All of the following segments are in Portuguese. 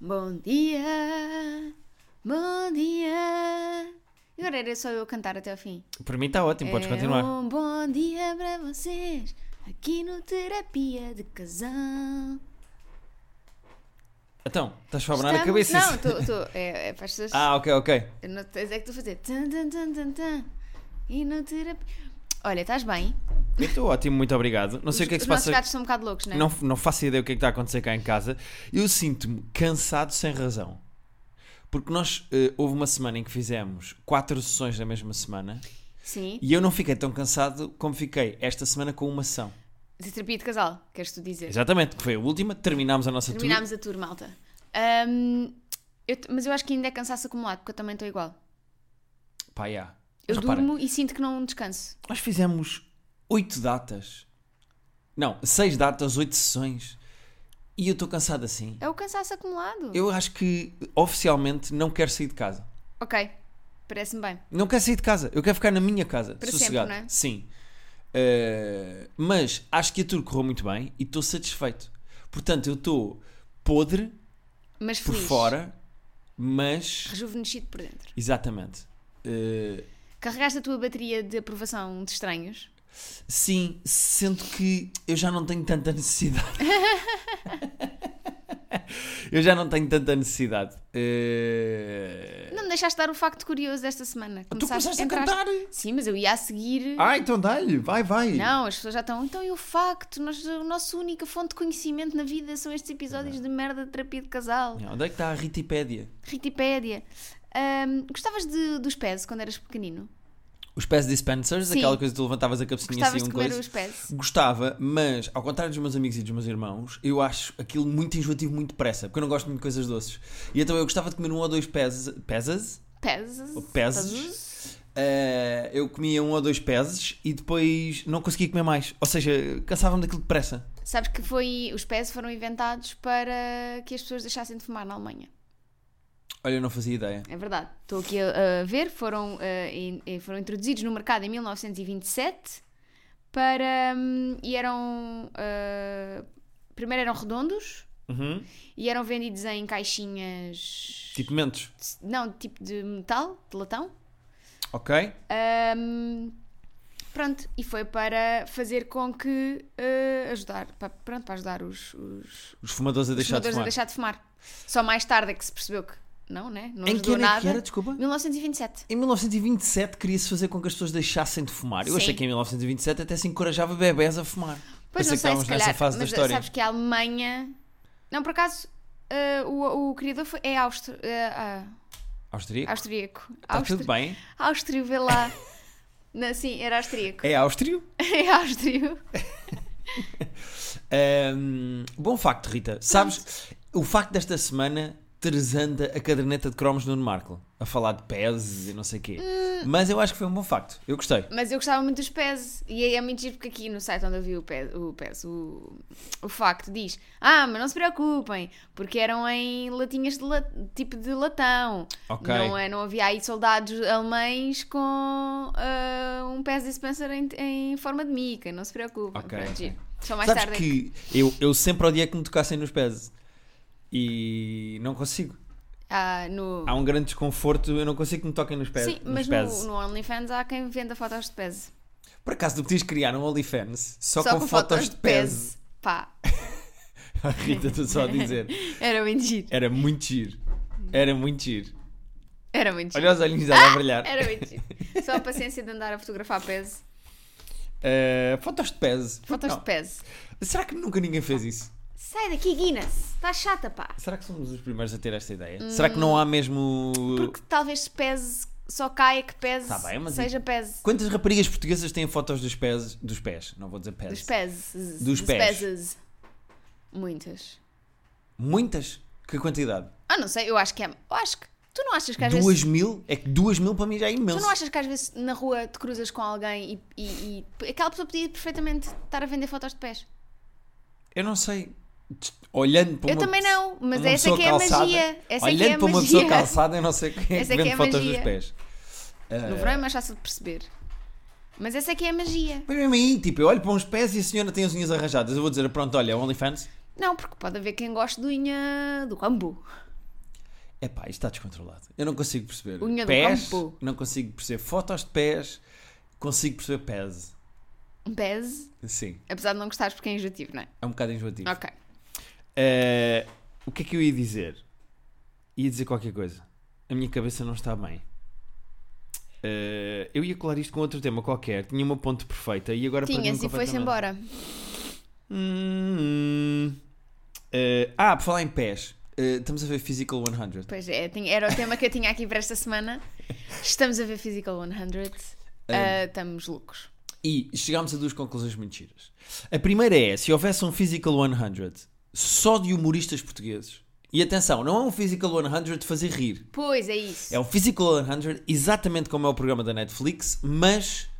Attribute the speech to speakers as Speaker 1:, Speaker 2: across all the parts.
Speaker 1: Bom dia, bom dia. E agora era só eu cantar até ao fim.
Speaker 2: Por mim está ótimo, podes
Speaker 1: É
Speaker 2: continuar.
Speaker 1: Um bom dia para vocês aqui no Terapia de Casal.
Speaker 2: Então, estás só a abanar a
Speaker 1: Estamos-
Speaker 2: cabeça.
Speaker 1: Não, estou. estou- É, é para as pessoas.
Speaker 2: Ah, ok, ok.
Speaker 1: Eu não tens é que tu fazer. Tan, tan, tan, tan, tan. E no terapia. Olha, estás bem?
Speaker 2: Eu estou ótimo, muito obrigado. Não sei o que é que
Speaker 1: Os
Speaker 2: se
Speaker 1: nossos
Speaker 2: passa.
Speaker 1: gatos são um bocado loucos, não é?
Speaker 2: Não, não faço ideia o que é que está a acontecer cá em casa. Eu sinto-me cansado sem razão. Porque nós eh, houve uma semana em que fizemos quatro sessões na mesma semana
Speaker 1: Sim.
Speaker 2: e eu não fiquei tão cansado como fiquei esta semana com uma sessão.
Speaker 1: De terapia de casal, queres tu dizer?
Speaker 2: Exatamente, que foi a última, terminámos a nossa tour.
Speaker 1: Terminámos a tour, malta. Ahm, eu t- mas eu acho que ainda é cansaço acumulado, porque eu também estou igual.
Speaker 2: Pá, yeah.
Speaker 1: Eu
Speaker 2: Mas repara,
Speaker 1: durmo e sinto que não descanso.
Speaker 2: nós fizemos oito datas. Não, seis datas, oito sessões. E eu estou cansado assim.
Speaker 1: É o cansaço acumulado.
Speaker 2: Eu acho que oficialmente não quero sair de casa.
Speaker 1: Ok, parece-me bem.
Speaker 2: Não quero sair de casa, eu quero ficar na minha casa,
Speaker 1: Para
Speaker 2: sossegado.
Speaker 1: sempre, não é?
Speaker 2: Sim. Eh, mas acho que a tour correu muito bem e estou satisfeito. Portanto, eu estou podre
Speaker 1: Mas
Speaker 2: por
Speaker 1: feliz.
Speaker 2: fora, mas.
Speaker 1: Rejuvenescido por dentro.
Speaker 2: Exatamente. Eh,
Speaker 1: Carregaste a tua bateria de aprovação de estranhos.
Speaker 2: sim, sendo que eu já não tenho tanta necessidade. eu já não tenho tanta necessidade. Eh,
Speaker 1: Não me deixaste dar o facto curioso desta semana.
Speaker 2: tu começaste a cantar?
Speaker 1: Sim, mas eu ia a seguir.
Speaker 2: Ah, então dá-lhe, vai, vai.
Speaker 1: Não, as pessoas já estão. Então, e o facto? Nós, a nossa única fonte de conhecimento na vida são estes episódios de merda de terapia de casal.
Speaker 2: Onde é que está a Ritipédia?
Speaker 1: Ritipédia. Ahm, gostavas de, dos pés quando eras pequenino?
Speaker 2: Os pés dispensers,
Speaker 1: Sim.
Speaker 2: aquela coisa que tu levantavas a cabecinha
Speaker 1: Gostavas
Speaker 2: assim, um
Speaker 1: de comer
Speaker 2: coisa.
Speaker 1: os pés?
Speaker 2: Gostava, mas ao contrário dos meus amigos e dos meus irmãos, eu acho aquilo muito enjoativo, muito depressa, porque eu não gosto muito de coisas doces. E então eu gostava de comer um ou dois pezes. Pezes?
Speaker 1: Pés?
Speaker 2: Ou pezes? Eh, eu comia um ou dois pezes e depois não conseguia comer mais. Ou seja, cansava-me daquilo depressa.
Speaker 1: Sabes que foi. Os pés foram inventados para que as pessoas deixassem de fumar na Alemanha.
Speaker 2: Olha, eu não fazia ideia.
Speaker 1: É verdade. Estou aqui a, a ver, foram, eh, in- eh, foram introduzidos no mercado em 1927 para. hum, e eram. eh, primeiro eram redondos
Speaker 2: Uhum.
Speaker 1: e eram vendidos em caixinhas.
Speaker 2: Tipo mentos.
Speaker 1: Não, tipo de metal, de latão.
Speaker 2: Ok?
Speaker 1: Ahm, pronto, e foi para fazer com que. eh, ajudar. pa- pronto, para ajudar os, os
Speaker 2: Os fumadores a
Speaker 1: fumadores
Speaker 2: deixar de
Speaker 1: a
Speaker 2: fumar.
Speaker 1: deixar de fumar. Só mais tarde é que se percebeu que. Não, né? Não
Speaker 2: Em que
Speaker 1: ajudou
Speaker 2: ano é que
Speaker 1: nada.
Speaker 2: era? Desculpa.
Speaker 1: 1927.
Speaker 2: Em 1927 queria-se fazer com que as pessoas deixassem de fumar. Eu
Speaker 1: Sim.
Speaker 2: achei que em 1927 até se encorajava bebés a fumar.
Speaker 1: Pois
Speaker 2: Pensei
Speaker 1: não sei,
Speaker 2: que estávamos
Speaker 1: se calhar,
Speaker 2: nessa fase da
Speaker 1: mas
Speaker 2: história.
Speaker 1: sabes que a Alemanha... Não, por acaso, eh, o, o criador foi, é austro, eh, ah,
Speaker 2: Austríaco?
Speaker 1: austríaco.
Speaker 2: Está Tá tudo bem?
Speaker 1: Áustrio, vê lá. não, sim, era austríaco.
Speaker 2: É áustrio?
Speaker 1: É áustrio.
Speaker 2: Ahm, bom facto, Rita. Sabes, o facto desta semana Teresanda a caderneta de cromos no Marco a falar de pés e não sei o quê.
Speaker 1: Hum.
Speaker 2: Mas eu acho que foi um bom facto. Eu gostei.
Speaker 1: Mas eu gostava muito dos pés. E aí é muito giro porque aqui no site onde eu vi o pés, o, pés, o, o facto diz: Ah, mas não se preocupem, porque eram em latinhas de la- tipo de latão.
Speaker 2: Ok.
Speaker 1: Não, é, não havia aí soldados alemães com ah, um pés dispenser em, em forma de mica. Não se preocupem.
Speaker 2: Ok,
Speaker 1: Pronto,
Speaker 2: ok.
Speaker 1: giro. Só mais
Speaker 2: Sabes
Speaker 1: tarde. é que-
Speaker 2: que eu, eu sempre odiei que me tocassem nos pés e não consigo.
Speaker 1: Ah, no...
Speaker 2: Há um grande desconforto, eu não consigo que me toquem nos pés.
Speaker 1: Sim,
Speaker 2: nos
Speaker 1: mas
Speaker 2: pés.
Speaker 1: no, no OnlyFans há quem venda fotos de pés.
Speaker 2: Por acaso tu podias criar um OnlyFans só, com, fotos de pés.
Speaker 1: Pá,
Speaker 2: A Rita, estou só a dizer.
Speaker 1: era muito giro.
Speaker 2: Era muito giro. Era muito giro.
Speaker 1: Era muito giro.
Speaker 2: Olha os olhinhos dela a brilhar.
Speaker 1: Era muito giro. Só a paciência de andar a fotografar pés.
Speaker 2: Eh, fotos de pés. Por que
Speaker 1: Fotos
Speaker 2: não?
Speaker 1: de pés.
Speaker 2: Será que nunca ninguém fez isso?
Speaker 1: Sai daqui, Guinness. Está chata, pá.
Speaker 2: Será que somos os primeiros a ter esta ideia? Será que não há mesmo.
Speaker 1: Hum. Porque talvez se pese, só caia que pese,
Speaker 2: Tá bem, mas e-
Speaker 1: seja pese.
Speaker 2: Quantas raparigas portuguesas têm fotos dos pés? Dos pés, não vou dizer pés.
Speaker 1: Dos peses.
Speaker 2: Dos pés.
Speaker 1: peses. Muitas.
Speaker 2: Muitas? Que quantidade?
Speaker 1: Ah, não sei, eu acho que é. Eu acho que. Tu não achas que às
Speaker 2: Duas
Speaker 1: vezes.
Speaker 2: mil? É que duas mil para mim já é
Speaker 1: Tu
Speaker 2: imenso.
Speaker 1: não achas que às vezes na rua te cruzas com alguém e, e- e- aquela pessoa podia perfeitamente estar a vender fotos de pés?
Speaker 2: Eu não sei. Olhando para
Speaker 1: eu
Speaker 2: uma
Speaker 1: também não, mas essa
Speaker 2: uma
Speaker 1: é
Speaker 2: pessoa
Speaker 1: que é a
Speaker 2: calçada-
Speaker 1: magia. Essa é
Speaker 2: Olhando
Speaker 1: que é a
Speaker 2: para uma
Speaker 1: magia.
Speaker 2: pessoa calçada, eu não sei quem é
Speaker 1: Essa
Speaker 2: que
Speaker 1: é que
Speaker 2: vende
Speaker 1: é a
Speaker 2: fotos
Speaker 1: magia.
Speaker 2: dos pés. Eh.
Speaker 1: No verão é mais fácil de perceber. Mas essa é que é a magia.
Speaker 2: Mas mesmo aí, tipo, eu olho para uns pés e a senhora tem as unhas arranjadas. Eu vou dizer, pronto, olha, OnlyFans.
Speaker 1: Não, porque pode haver quem goste de unha do bambu.
Speaker 2: Epá, isto está descontrolado. Eu não consigo perceber.
Speaker 1: Unha do
Speaker 2: pés,
Speaker 1: campo.
Speaker 2: não consigo perceber fotos de pés, consigo perceber pés.
Speaker 1: Um Pez,
Speaker 2: Sim,
Speaker 1: apesar de não gostares porque é enjoativo, não é?
Speaker 2: é um bocado enjoativo.
Speaker 1: Ok.
Speaker 2: Eh, o que é que eu ia dizer? Ia dizer qualquer coisa. A minha cabeça não está bem. Eh, eu ia colar isto com outro tema qualquer. Tinha uma ponte perfeita e agora
Speaker 1: Tinhas
Speaker 2: perdi-me
Speaker 1: e foi-se
Speaker 2: completamente.
Speaker 1: embora.
Speaker 2: Hum, eh, ah, por falar em pés. eh, estamos a ver Physical 100.
Speaker 1: Pois é, tinha- era o tema que eu tinha aqui para esta semana. Estamos a ver Physical 100.
Speaker 2: Hum.
Speaker 1: Ah, estamos loucos.
Speaker 2: E chegámos a duas conclusões muito giras. A primeira é, se houvesse um Physical 100 só de humoristas portugueses, e atenção, não é um Physical 100 de fazer rir.
Speaker 1: Pois é isso.
Speaker 2: É um Physical 100 exatamente como é o programa da Netflix, mas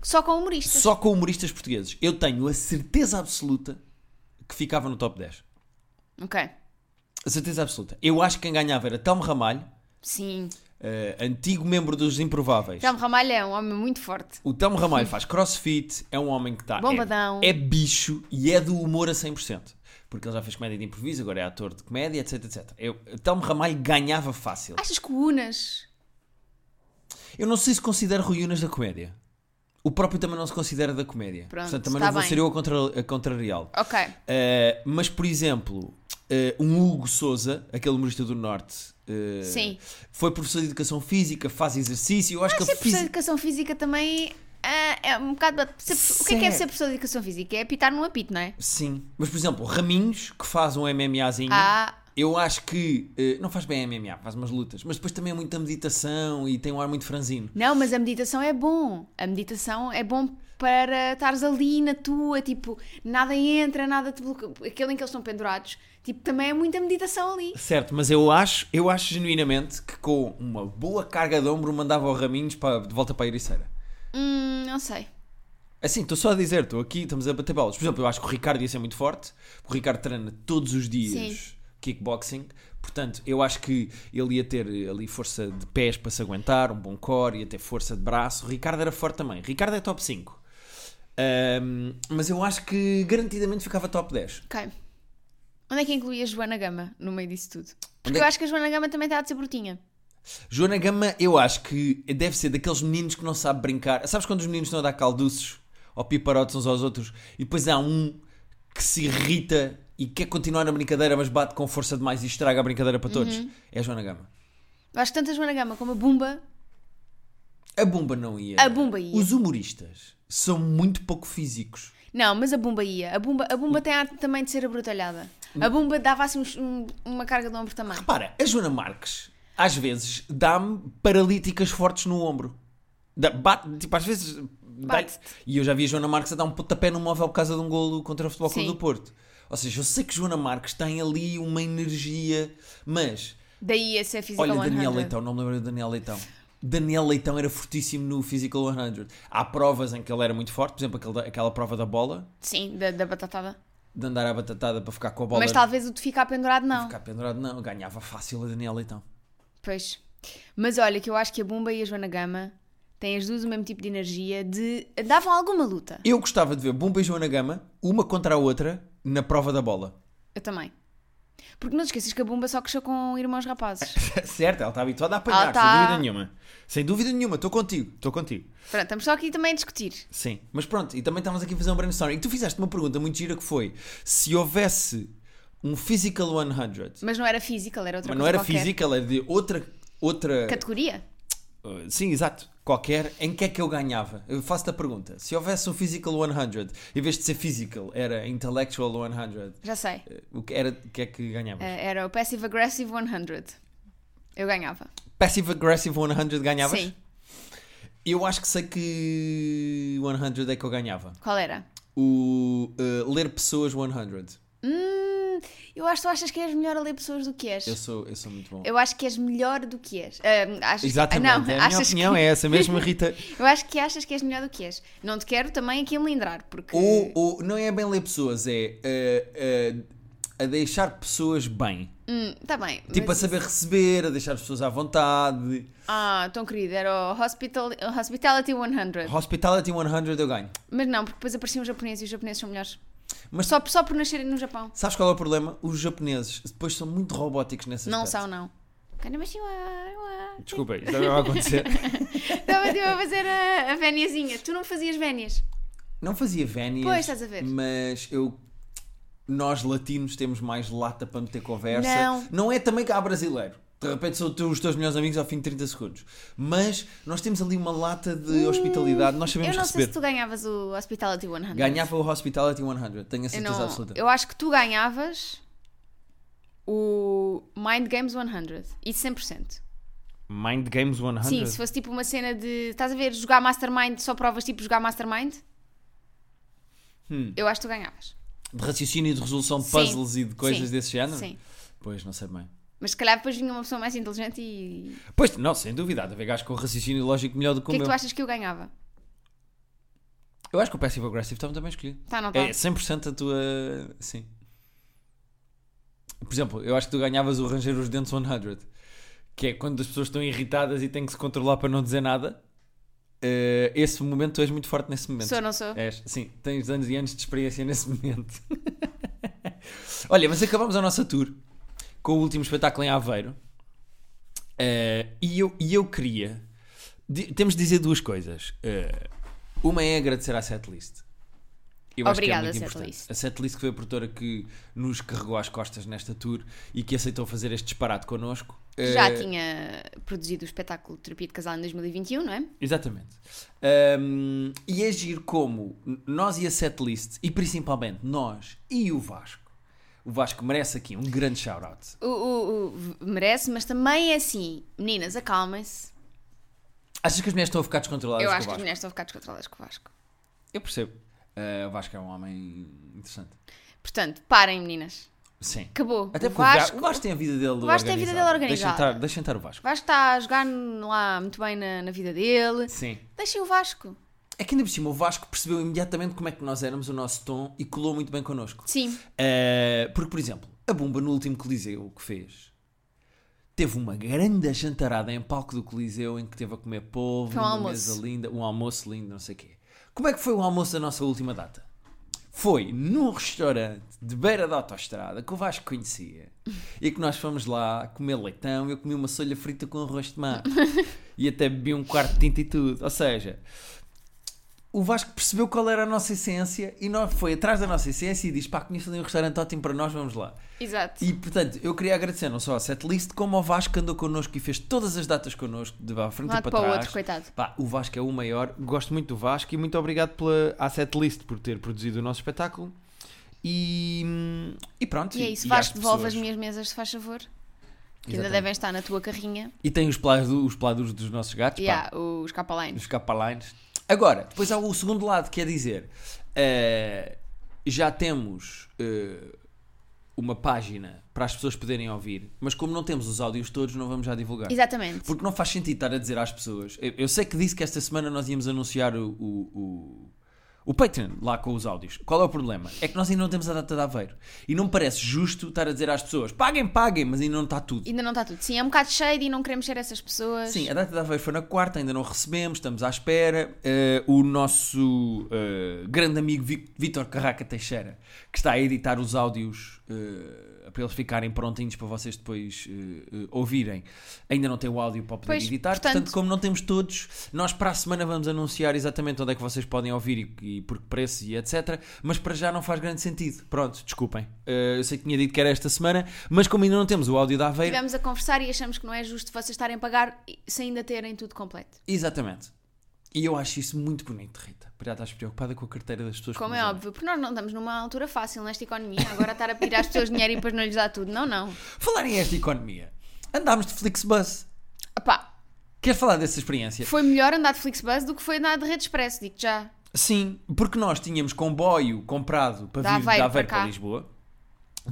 Speaker 1: Só com humoristas.
Speaker 2: só com humoristas portugueses. Eu tenho a certeza absoluta que ficava no top 10.
Speaker 1: Ok.
Speaker 2: A certeza absoluta. Eu acho que quem ganhava era Telmo Ramalho,
Speaker 1: Sim.
Speaker 2: eh, antigo membro dos Improváveis.
Speaker 1: Telmo Ramalho é um homem muito forte.
Speaker 2: O Telmo Ramalho faz crossfit, é um homem que está.
Speaker 1: Bombadão.
Speaker 2: É, é bicho e é do humor a 100%. Porque ele já fez comédia de improviso, agora é ator de comédia, etc, etc. Eu, o Telmo Ramalho ganhava fácil.
Speaker 1: Achas que o Unas?
Speaker 2: Eu não sei se considero Rui Unas da comédia. O próprio também não se considera da comédia.
Speaker 1: Pronto,
Speaker 2: Portanto, também
Speaker 1: está
Speaker 2: não vou
Speaker 1: bem.
Speaker 2: ser eu a, contra, a contrariá-lo.
Speaker 1: Ok.
Speaker 2: Uh, mas, por exemplo, uh, um Hugo Souza, aquele humorista do Norte, uh,
Speaker 1: Sim.
Speaker 2: foi professor de educação física, faz exercício. Eu acho que
Speaker 1: Ser
Speaker 2: ele
Speaker 1: professor de
Speaker 2: física.
Speaker 1: educação física também ah, é um bocado. ser profe- O que é que é
Speaker 2: Certo.
Speaker 1: ser professor de educação física? É apitar num apito, não é?
Speaker 2: Sim. Mas, por exemplo, Raminhos, que faz um MMAzinho.
Speaker 1: Ah.
Speaker 2: Eu acho que. uh, não faz bem MMA, faz umas lutas. Mas depois também é muita meditação e tem um ar muito franzino.
Speaker 1: Não, mas a meditação é bom. A meditação é bom para estares ali na tua, tipo, nada entra, nada te bloqueia. Aquele em que eles estão pendurados, tipo, também é muita meditação ali.
Speaker 2: Certo, mas eu acho, eu acho genuinamente que com uma boa carga de ombro mandava o Raminhos para, de volta para a Ericeira.
Speaker 1: Hum, não sei.
Speaker 2: Assim, estou só a dizer, estou aqui, estamos a bater bolas. Por exemplo, eu acho que o Ricardo ia ser muito forte, porque o Ricardo treina todos os dias
Speaker 1: Sim.
Speaker 2: kickboxing, portanto, eu acho que ele ia ter eh, ali força de pés para se aguentar, um bom core, ia ter força de braço. O Ricardo era forte também. Ricardo é top 5. Ahm, mas eu acho que garantidamente ficava top 10.
Speaker 1: Ok. Onde é que incluía a Joana Gama no meio disso tudo?
Speaker 2: Onde
Speaker 1: Porque
Speaker 2: é
Speaker 1: eu
Speaker 2: que-
Speaker 1: acho que a Joana Gama também está de ser brutinha.
Speaker 2: Joana Gama, eu acho que deve ser daqueles meninos que não sabe brincar. Sabes quando os meninos estão a dar calduços ou piparotes uns aos outros e depois há um que se irrita e quer continuar na brincadeira, mas bate com força demais e estraga a brincadeira para todos?
Speaker 1: Uhum.
Speaker 2: É a Joana Gama.
Speaker 1: Eu acho que tanto a Joana Gama como a Bumba.
Speaker 2: A Bumba não ia.
Speaker 1: A Bumba ia.
Speaker 2: Os humoristas são muito pouco físicos.
Speaker 1: Não, mas a Bumba ia. A Bumba, a Bumba tem a arte também de ser abrutalhada. A Bumba dava assim uns- um- uma carga de ombro também.
Speaker 2: Para, a Joana Marques às vezes dá-me paralíticas fortes no ombro. Dá- bate, tipo, às vezes. dá-
Speaker 1: Bate-te.
Speaker 2: e eu já vi a Joana Marques a dar um pontapé no móvel por causa de um golo contra o Futebol Clube
Speaker 1: Sim.
Speaker 2: do Porto. Ou seja, eu sei que Joana Marques tem ali uma energia, mas.
Speaker 1: Daí a ser física
Speaker 2: Olha, então.
Speaker 1: 100.
Speaker 2: Daniel Leitão, não me lembro de Daniel Leitão. Daniel Leitão era fortíssimo no Physical 100. Há provas em que ele era muito forte, por exemplo, aquele da- aquela prova da bola,
Speaker 1: Sim, da, da batatada.
Speaker 2: de andar à batatada para ficar com a bola.
Speaker 1: Mas talvez o de ficar pendurado não.
Speaker 2: Ficar pendurado, não, ganhava fácil a Daniel Leitão.
Speaker 1: Pois. Mas olha, que eu acho que a Bumba e a Joana Gama têm as duas o mesmo tipo de energia de. davam alguma luta.
Speaker 2: Eu gostava de ver Bumba e Joana Gama, uma contra a outra, na prova da bola.
Speaker 1: Eu também. Porque não te esqueças que a Bumba só cresceu com irmãos rapazes.
Speaker 2: certo, ela está habituada a
Speaker 1: Ela
Speaker 2: apanhar,
Speaker 1: está-
Speaker 2: sem dúvida nenhuma. Sem dúvida nenhuma, estou contigo, estou contigo.
Speaker 1: Pronto, estamos só aqui também a discutir.
Speaker 2: Sim, mas pronto, e também estávamos aqui a fazer um brainstorm. E tu fizeste uma pergunta muito gira que foi, se houvesse um Physical 100,
Speaker 1: Mas não era physical, era outra coisa.
Speaker 2: mas não era
Speaker 1: qualquer.
Speaker 2: Physical, era de outra... outra
Speaker 1: Categoria?
Speaker 2: Uh, Sim, exato. Qualquer, em que é que eu ganhava? Eu faço-te a pergunta. Se houvesse um Physical 100, em vez de ser Physical, era Intellectual 100,
Speaker 1: Já sei.
Speaker 2: o que, era, o que é que ganhavas?
Speaker 1: Eh, Era o Passive Aggressive 100. Eu ganhava.
Speaker 2: Passive Aggressive 100 ganhavas?
Speaker 1: Sim.
Speaker 2: Eu acho que sei que 100 é que eu ganhava.
Speaker 1: Qual era?
Speaker 2: O uh, Ler Pessoas 100.
Speaker 1: Hum, eu acho que tu achas que és melhor a ler pessoas do que és.
Speaker 2: Eu
Speaker 1: Eu,
Speaker 2: sou, eu sou muito bom.
Speaker 1: acho que és melhor do que és. Ah, achas que-
Speaker 2: Exatamente.
Speaker 1: Não,
Speaker 2: a minha
Speaker 1: achas
Speaker 2: opinião
Speaker 1: que...
Speaker 2: é essa mesmo, Rita.
Speaker 1: Eu acho que achas que és melhor do que és. Não te quero também aqui enlindrar, porque.
Speaker 2: ou, ou não é bem ler pessoas, é uh, uh, a deixar pessoas bem.
Speaker 1: Hum, tá bem.
Speaker 2: Tipo, a
Speaker 1: mas-
Speaker 2: saber receber, a deixar as pessoas à vontade.
Speaker 1: Ah, tão querido, era o Hospital... Hospitality 100.
Speaker 2: Hospitality 100 eu ganho.
Speaker 1: Mas não, porque depois apareciam os japoneses e os japoneses são melhores.
Speaker 2: Mas
Speaker 1: Só, só por nascerem no Japão.
Speaker 2: sabes qual é o problema? Os japoneses depois são muito robóticos nessas
Speaker 1: Não são, não. Canamashima.
Speaker 2: Desculpa, isto também vai acontecer.
Speaker 1: Estava tipo, a fazer a, a véniazinha. Tu não fazias vénias.
Speaker 2: Não fazia vénias.
Speaker 1: Pois, estás a ver.
Speaker 2: Mas eu. Nós latinos temos mais lata para meter conversa.
Speaker 1: Não.
Speaker 2: é também cá brasileiro. De repente são tu- os teus melhores amigos ao fim de 30 segundos. Mas nós temos ali uma lata de hospitalidade. Nós
Speaker 1: Hum, Eu
Speaker 2: sabemos
Speaker 1: não sei
Speaker 2: receber.
Speaker 1: se tu ganhavas o Hospitality 100.
Speaker 2: Ganhava o Hospitality 100. Tenho a
Speaker 1: eu,
Speaker 2: certeza
Speaker 1: não,
Speaker 2: absoluta.
Speaker 1: eu acho que tu ganhavas o Mind Games 100. E 100%.
Speaker 2: Mind Games 100.
Speaker 1: Sim, se fosse tipo uma cena de. Estás a ver jogar Mastermind, só provas tipo jogar Mastermind?
Speaker 2: Hum.
Speaker 1: Eu acho que tu ganhavas.
Speaker 2: De raciocínio e de resolução de
Speaker 1: Sim.
Speaker 2: puzzles e de coisas
Speaker 1: Sim.
Speaker 2: desse género?
Speaker 1: Sim.
Speaker 2: Pois, não sei bem.
Speaker 1: Mas se calhar depois vinha uma pessoa mais inteligente e.
Speaker 2: Pois, não, sem dúvida. Há de haver gajos com raciocínio lógico melhor do que
Speaker 1: O
Speaker 2: o
Speaker 1: que é que
Speaker 2: meu.
Speaker 1: tu achas que eu ganhava?
Speaker 2: Eu acho que o Passive Aggressive estava também escolhido.
Speaker 1: Tá, não tá?
Speaker 2: É 100% a tua. Sim. Por exemplo, eu acho que tu ganhavas o Ranger os Dentes 100, que é quando as pessoas estão irritadas e têm que se controlar para não dizer nada. Eh, esse momento, tu és muito forte nesse momento.
Speaker 1: Sou, não sou?
Speaker 2: És, sim, tens anos e anos de experiência nesse momento. Olha, mas acabamos a nossa tour com o último espetáculo em Aveiro. Eh, e, eu, e eu queria. di- temos de dizer duas coisas. Eh, uma é agradecer à setlist. Eu acho que
Speaker 1: Obrigada,
Speaker 2: é muito
Speaker 1: setlist.
Speaker 2: importante. A setlist que foi a produtora que nos carregou às costas nesta tour e que aceitou fazer este disparate connosco.
Speaker 1: Tu
Speaker 2: Eh,
Speaker 1: já tinha produzido o espetáculo Terapia de Casal em 2021, não é?
Speaker 2: Exatamente. Um, e agir como nós e a setlist, e principalmente nós e o Vasco. O Vasco merece aqui um grande shout-out.
Speaker 1: O, o- o- v- merece, mas também é assim. Meninas, acalmem-se.
Speaker 2: Achas que as mulheres estão a ficar descontroladas
Speaker 1: Eu
Speaker 2: com
Speaker 1: acho
Speaker 2: o
Speaker 1: que as
Speaker 2: Vasco?
Speaker 1: mulheres estão a ficar descontroladas com o Vasco.
Speaker 2: Eu percebo. Uh, o Vasco é um homem interessante.
Speaker 1: Portanto, parem, meninas.
Speaker 2: Sim.
Speaker 1: Acabou.
Speaker 2: Até
Speaker 1: o
Speaker 2: porque
Speaker 1: Vasco,
Speaker 2: o Vasco tem a vida dele
Speaker 1: o Vasco tem a vida dele
Speaker 2: Deixem
Speaker 1: organizada.
Speaker 2: estar, deixem estar o Vasco.
Speaker 1: Vasco está a jogar lá muito bem na, na vida dele.
Speaker 2: Sim.
Speaker 1: Deixem o Vasco.
Speaker 2: É que ainda por cima o Vasco percebeu imediatamente como é que nós éramos o nosso tom e colou muito bem connosco.
Speaker 1: Sim.
Speaker 2: Uh, porque, por exemplo, a Bumba no último Coliseu que fez teve uma grande jantarada em palco do Coliseu em que teve a comer polvo,
Speaker 1: Foi um
Speaker 2: uma
Speaker 1: almoço.
Speaker 2: mesa linda, um almoço lindo, não sei o quê. Como é que foi o almoço da nossa última data? Foi num restaurante de beira da autoestrada que o Vasco conhecia e que nós fomos lá comer leitão. Eu comi uma solha frita com arroz de mar e até bebi um quarto de tinta e tudo. Ou seja, o Vasco percebeu qual era a nossa essência e nós foi atrás da nossa essência e disse: pá, conheço ali um restaurante ótimo para nós, vamos lá.
Speaker 1: Exato.
Speaker 2: E portanto, eu queria agradecer não só ao setlist, como ao Vasco que andou connosco e fez todas as datas connosco, de à frente
Speaker 1: De um
Speaker 2: e
Speaker 1: lado
Speaker 2: para
Speaker 1: para o
Speaker 2: trás.
Speaker 1: outro, coitado.
Speaker 2: Pá, o Vasco é o maior, gosto muito do Vasco e muito obrigado pela, à setlist por ter produzido o nosso espetáculo. E, hum, e pronto.
Speaker 1: E é isso.
Speaker 2: às
Speaker 1: Vasco, devolve
Speaker 2: pessoas.
Speaker 1: as minhas mesas, se faz favor. Que ainda
Speaker 2: Exatamente.
Speaker 1: devem estar na tua carrinha.
Speaker 2: E tem os plados, os plados dos nossos gatos.
Speaker 1: E
Speaker 2: pá.
Speaker 1: há os capalines.
Speaker 2: Os capalines. Agora, depois há o segundo lado, que é dizer, eh, já temos eh, uma página para as pessoas poderem ouvir, mas como não temos os áudios todos, não vamos já divulgar.
Speaker 1: Exatamente.
Speaker 2: Porque não faz sentido estar a dizer às pessoas. Eu, eu sei que disse que esta semana nós íamos anunciar o, o, o, o Patreon lá com os áudios. Qual é o problema? É que nós ainda não temos a data de Aveiro. E não me parece justo estar a dizer às pessoas paguem, paguem, mas ainda não está tudo.
Speaker 1: Ainda não está tudo. Sim, é um bocado cheio e não queremos ser essas pessoas.
Speaker 2: Sim, a data da Aveiro foi na quarta, ainda não recebemos, estamos à espera. Eh, o nosso eh, grande amigo Vi- Vítor Carraca Teixeira, que está a editar os áudios eh, para eles ficarem prontinhos para vocês depois eh, eh, ouvirem, ainda não tem o áudio para poder
Speaker 1: Pois,
Speaker 2: editar. Portanto,
Speaker 1: portanto-
Speaker 2: como não temos todos, nós para a semana vamos anunciar exatamente onde é que vocês podem ouvir e, e por que preço e etc. Mas para já não faz grande sentido. Pronto, desculpem. Eh, eu sei que tinha dito que era esta semana, mas como ainda não temos o áudio da Aveiro.
Speaker 1: Estivemos a conversar e achamos que não é justo vocês estarem a pagar sem ainda terem tudo completo.
Speaker 2: Exatamente. E eu acho isso muito bonito, Rita. Para já estás preocupada com a carteira das pessoas. que
Speaker 1: Como
Speaker 2: nos
Speaker 1: é
Speaker 2: ouvem.
Speaker 1: óbvio, porque nós não estamos numa altura fácil nesta economia. Agora estar a pedir às pessoas dinheiro e depois não lhes dar tudo. Não, não.
Speaker 2: Falar em esta economia. Andámos de Flixbus.
Speaker 1: Epá,
Speaker 2: Queres falar dessa experiência?
Speaker 1: foi melhor andar de Flixbus do que foi andar de Rede Expresso, digo já.
Speaker 2: Sim, porque nós tínhamos comboio comprado para
Speaker 1: Da
Speaker 2: vir
Speaker 1: Aveiro
Speaker 2: de Aveiro
Speaker 1: para
Speaker 2: para,
Speaker 1: cá.
Speaker 2: Lisboa.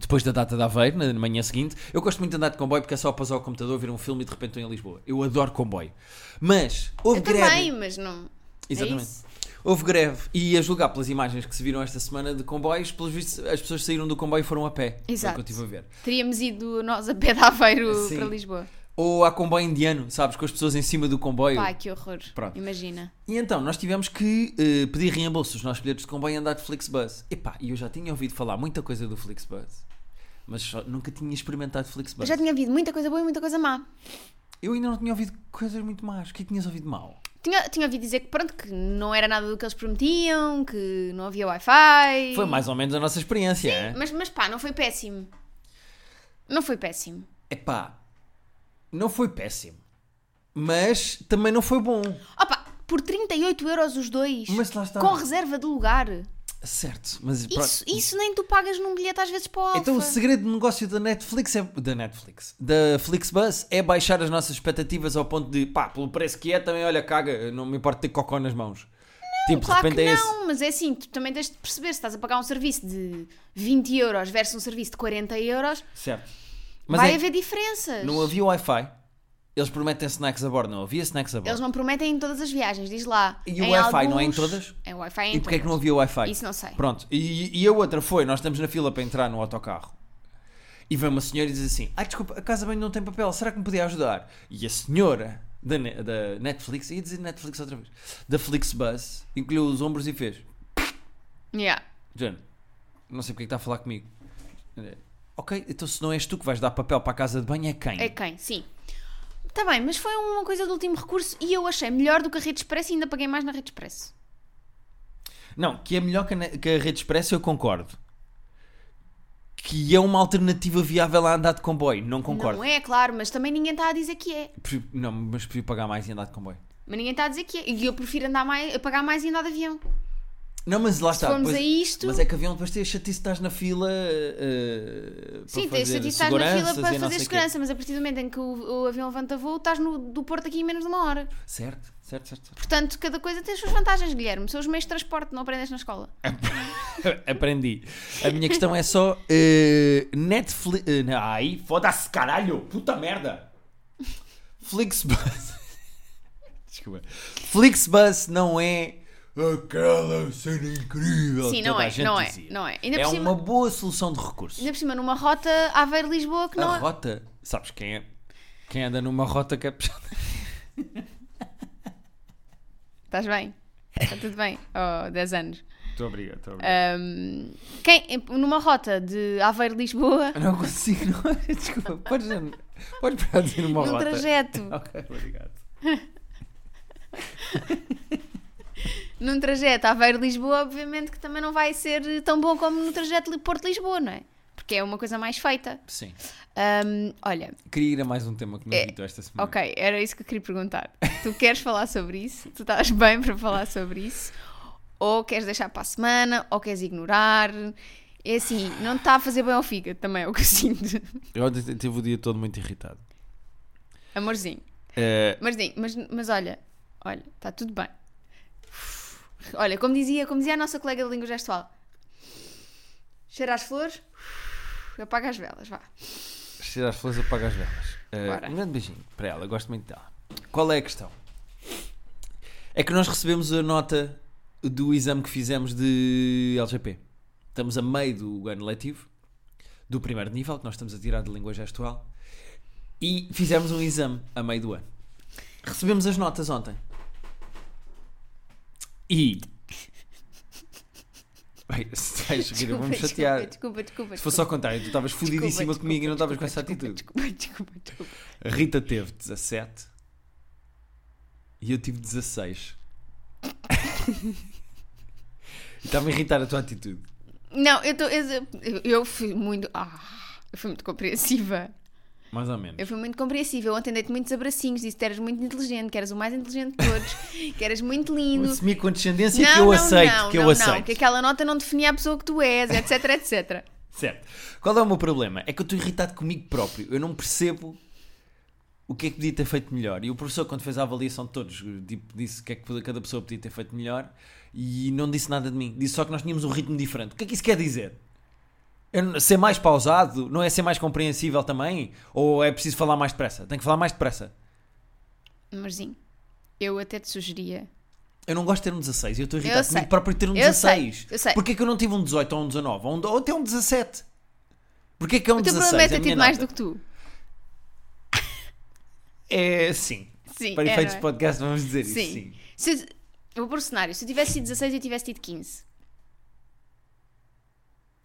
Speaker 2: Depois da data de Aveiro, na na manhã seguinte. Eu gosto muito de andar de comboio porque é só passar ao computador, ver um filme e de repente estou em Lisboa. Eu adoro comboio. Mas houve
Speaker 1: Eu
Speaker 2: greve.
Speaker 1: também, mas não. É
Speaker 2: Oh, Exatamente.
Speaker 1: isso?
Speaker 2: Houve greve e a julgar pelas imagens que se viram esta semana de comboios, pelos vistos as pessoas saíram do comboio e foram a pé. Foi o que
Speaker 1: Exato.
Speaker 2: eu estive a ver.
Speaker 1: Teríamos ido nós a pé de Aveiro
Speaker 2: Sim.
Speaker 1: para Lisboa.
Speaker 2: Ou há comboio indiano, sabes, com as pessoas em cima do comboio.
Speaker 1: Pá, que horror.
Speaker 2: Pronto.
Speaker 1: Imagina.
Speaker 2: E então nós tivemos que eh, pedir reembolso dos nossos bilhetes de comboio e andar de Flixbus. Epá, e eu já tinha ouvido falar muita coisa do Flixbus, Mas só- nunca tinha experimentado
Speaker 1: Eu
Speaker 2: Flixbus.
Speaker 1: já tinha ouvido muita coisa boa e muita coisa má.
Speaker 2: Eu ainda não tinha ouvido coisas muito más. O que é que tinhas ouvido mal?
Speaker 1: Tinha, tinha ouvido dizer que pronto, que não era nada do que eles prometiam, que não havia Wi-Fi.
Speaker 2: Foi mais ou menos a nossa experiência, é?
Speaker 1: Mas, mas pá, não foi péssimo. Não foi péssimo.
Speaker 2: Epá, não foi péssimo. Mas também não foi bom.
Speaker 1: Opa, por 38 euros os dois.
Speaker 2: Mas lá está.
Speaker 1: Com reserva de lugar.
Speaker 2: Certo, mas pronto.
Speaker 1: Isso, isso nem tu pagas num bilhete às vezes para o Alfa.
Speaker 2: Então o segredo de negócio da Netflix é da Netflix, da Flixbus é baixar as nossas expectativas ao ponto de pá, pelo preço que é, também olha, caga, não me importa ter cocó nas mãos. tipo,
Speaker 1: Claro
Speaker 2: de
Speaker 1: que
Speaker 2: repente é
Speaker 1: não, mas é assim, tu também tens de perceber se estás a pagar um serviço de 20 euros versus um serviço de 40 euros,
Speaker 2: esse. Certo. Mas
Speaker 1: vai
Speaker 2: é,
Speaker 1: haver diferenças.
Speaker 2: não havia Wi-Fi. Eles prometem snacks a bordo, não havia snacks a bordo.
Speaker 1: Eles não prometem em todas as viagens, diz lá.
Speaker 2: E
Speaker 1: Em
Speaker 2: o Wi-Fi não é em
Speaker 1: alguns-
Speaker 2: todas?
Speaker 1: É o Wi-Fi é em
Speaker 2: E porquê é que não
Speaker 1: todas.
Speaker 2: havia Wi-Fi?
Speaker 1: Isso não sei.
Speaker 2: Pronto. E, e a outra foi, nós estamos na fila para entrar no autocarro. E vem uma senhora e diz assim: Ai, desculpa, a casa bem não tem papel, será que me podia ajudar? E a senhora da, Ne- da Netflix, ia dizer Netflix outra vez, da Flixbus, encolheu os ombros e fez:
Speaker 1: Yeah.
Speaker 2: Jane, não sei porque é que está a falar comigo. Ok, então se não és tu que vais dar papel para a casa de banho, é quem?
Speaker 1: É quem? Sim. Está bem, mas foi uma coisa de último recurso e eu achei melhor do que a Rede Expresso e ainda paguei mais na Rede Expresso.
Speaker 2: Não, que é melhor que a, ne- que a Rede Expresso, eu concordo. Que é uma alternativa viável a andar de comboio, não concordo.
Speaker 1: Não é, claro, mas também ninguém está a dizer que é.
Speaker 2: Prefiro- Não, mas prefiro pagar mais e andar de comboio.
Speaker 1: Mas ninguém está a dizer que é. E eu prefiro andar mais, pagar mais e andar de avião.
Speaker 2: Não, mas lá está.
Speaker 1: formos
Speaker 2: pois-
Speaker 1: a isto-
Speaker 2: Mas é que avião depois tem a chatice de estás na fila. eh, para
Speaker 1: Sim,
Speaker 2: fazer
Speaker 1: tens de estás na fila
Speaker 2: seguranças e
Speaker 1: para fazer
Speaker 2: não sei o quê.
Speaker 1: segurança, mas a partir do momento em que o, o avião levanta voo, estás no, do Porto aqui em menos de uma hora.
Speaker 2: Certo, certo, certo.
Speaker 1: Portanto, cada coisa tem as suas vantagens, Guilherme. São os meios de transporte, não aprendes na escola.
Speaker 2: certo. Aprendi. A minha questão é só. eh, Netflix. eh, não, ai, foda-se, caralho! Puta merda! Flixbus. Desculpa. Flixbus não é. Aquela cena incrível.
Speaker 1: Sim,
Speaker 2: que
Speaker 1: não
Speaker 2: toda a
Speaker 1: é,
Speaker 2: gente
Speaker 1: não é,
Speaker 2: dizia.
Speaker 1: não é. Ainda
Speaker 2: é
Speaker 1: por cima-
Speaker 2: uma boa solução de recursos.
Speaker 1: Ainda por cima, numa rota Aveiro-Lisboa que
Speaker 2: A
Speaker 1: não.
Speaker 2: rota, sabes quem é? Quem anda numa rota que é puxada.
Speaker 1: Estás bem?
Speaker 2: É.
Speaker 1: Está tudo bem? Oh, 10 anos.
Speaker 2: Estou obrigado, estou obrigado.
Speaker 1: Ahm, quem, numa rota de Aveiro-Lisboa,
Speaker 2: Ah, Não consigo, não. Desculpa, podes, podes parar de dizer numa
Speaker 1: num
Speaker 2: rota.
Speaker 1: trajeto,
Speaker 2: Ok, obrigado.
Speaker 1: num trajeto Aveiro-Lisboa, obviamente que também não vai ser tão bom como no trajeto Li- Porto-Lisboa, não é? Porque é uma coisa mais feita.
Speaker 2: Sim.
Speaker 1: Ahm, olha,
Speaker 2: Queria ir a mais um tema que não
Speaker 1: É,
Speaker 2: dito esta semana.
Speaker 1: ok, era isso que eu queria perguntar. Tu queres falar sobre isso? Tu estás bem para falar sobre isso? Ou queres deixar para a semana? Ou queres ignorar? É assim, não te está a fazer bem ao fígado também, é o que eu sinto.
Speaker 2: Eu ontem tive o dia todo muito irritado.
Speaker 1: Amorzinho.
Speaker 2: Eh,
Speaker 1: Mas, sim, mas, mas olha, olha, está tudo bem. Olha, como dizia, como dizia a nossa colega de língua gestual, cheira as flores, apaga as velas, vá.
Speaker 2: cheira as flores, apaga as velas. Eh,
Speaker 1: Bora.
Speaker 2: um grande beijinho para ela, eu gosto muito dela. Qual é a questão? É que nós recebemos a nota do exame que fizemos de LGP. Estamos a meio do ano letivo, do primeiro nível, que nós estamos a tirar de língua gestual, e fizemos um exame a meio do ano. Recebemos as notas ontem. E. Bem, se vais rir, eu vou-me
Speaker 1: Desculpa,
Speaker 2: chatear.
Speaker 1: desculpa, desculpa.
Speaker 2: Se fosse ao contrário, tu estavas fodidíssima
Speaker 1: desculpa,
Speaker 2: comigo e não estavas com essa
Speaker 1: desculpa,
Speaker 2: atitude.
Speaker 1: Desculpa, desculpa, desculpa.
Speaker 2: A Rita teve 17 e eu tive 16. E Estava a irritar a tua atitude.
Speaker 1: Não, eu, tô, eu, eu fui muito. Ah, eu fui muito compreensiva.
Speaker 2: Mais ou
Speaker 1: Eu
Speaker 2: menos.
Speaker 1: fui muito compreensiva. Eu ontem dei-te muitos abracinhos, disse que eras muito inteligente, que eras o mais inteligente de todos, que eras muito lindo.
Speaker 2: Uma semicondescendência que Tipo, eu aceito. que eu
Speaker 1: não,
Speaker 2: aceito.
Speaker 1: Não, que aquela nota não definia a pessoa que tu és, etc, etc.
Speaker 2: Certo. Qual é o meu problema? É que eu estou irritado comigo próprio. Eu não percebo o que é que podia ter feito melhor. E o professor, quando fez a avaliação de todos, tipo, disse o que é que cada pessoa podia ter feito melhor e não disse nada de mim. Disse só que nós tínhamos um ritmo diferente. O que é que isso quer dizer? Eu não- ser mais pausado não é ser mais compreensível também? Ou é preciso falar mais depressa? Tenho que falar mais depressa.
Speaker 1: Amorzinho, eu até te sugeria.
Speaker 2: Eu não gosto de ter um 16, eu estou
Speaker 1: Eu
Speaker 2: irritado
Speaker 1: sei.
Speaker 2: comigo próprio de ter um
Speaker 1: Eu
Speaker 2: 16.
Speaker 1: sei, eu sei.
Speaker 2: Porquê que eu não tive um 18 ou um 19? Ou, um, ou até um 17? Porquê que é um
Speaker 1: O teu
Speaker 2: 16?
Speaker 1: problema é
Speaker 2: a
Speaker 1: ter
Speaker 2: minha
Speaker 1: tido mais
Speaker 2: nota?
Speaker 1: do que tu.
Speaker 2: É, sim.
Speaker 1: Sim,
Speaker 2: Para
Speaker 1: é, não
Speaker 2: efeitos
Speaker 1: é?
Speaker 2: de podcast, vamos dizer isso.
Speaker 1: Sim.
Speaker 2: Sim.
Speaker 1: Se eu- eu vou pôr o cenário. Se eu tivesse tido 16, eu tivesse tido 15.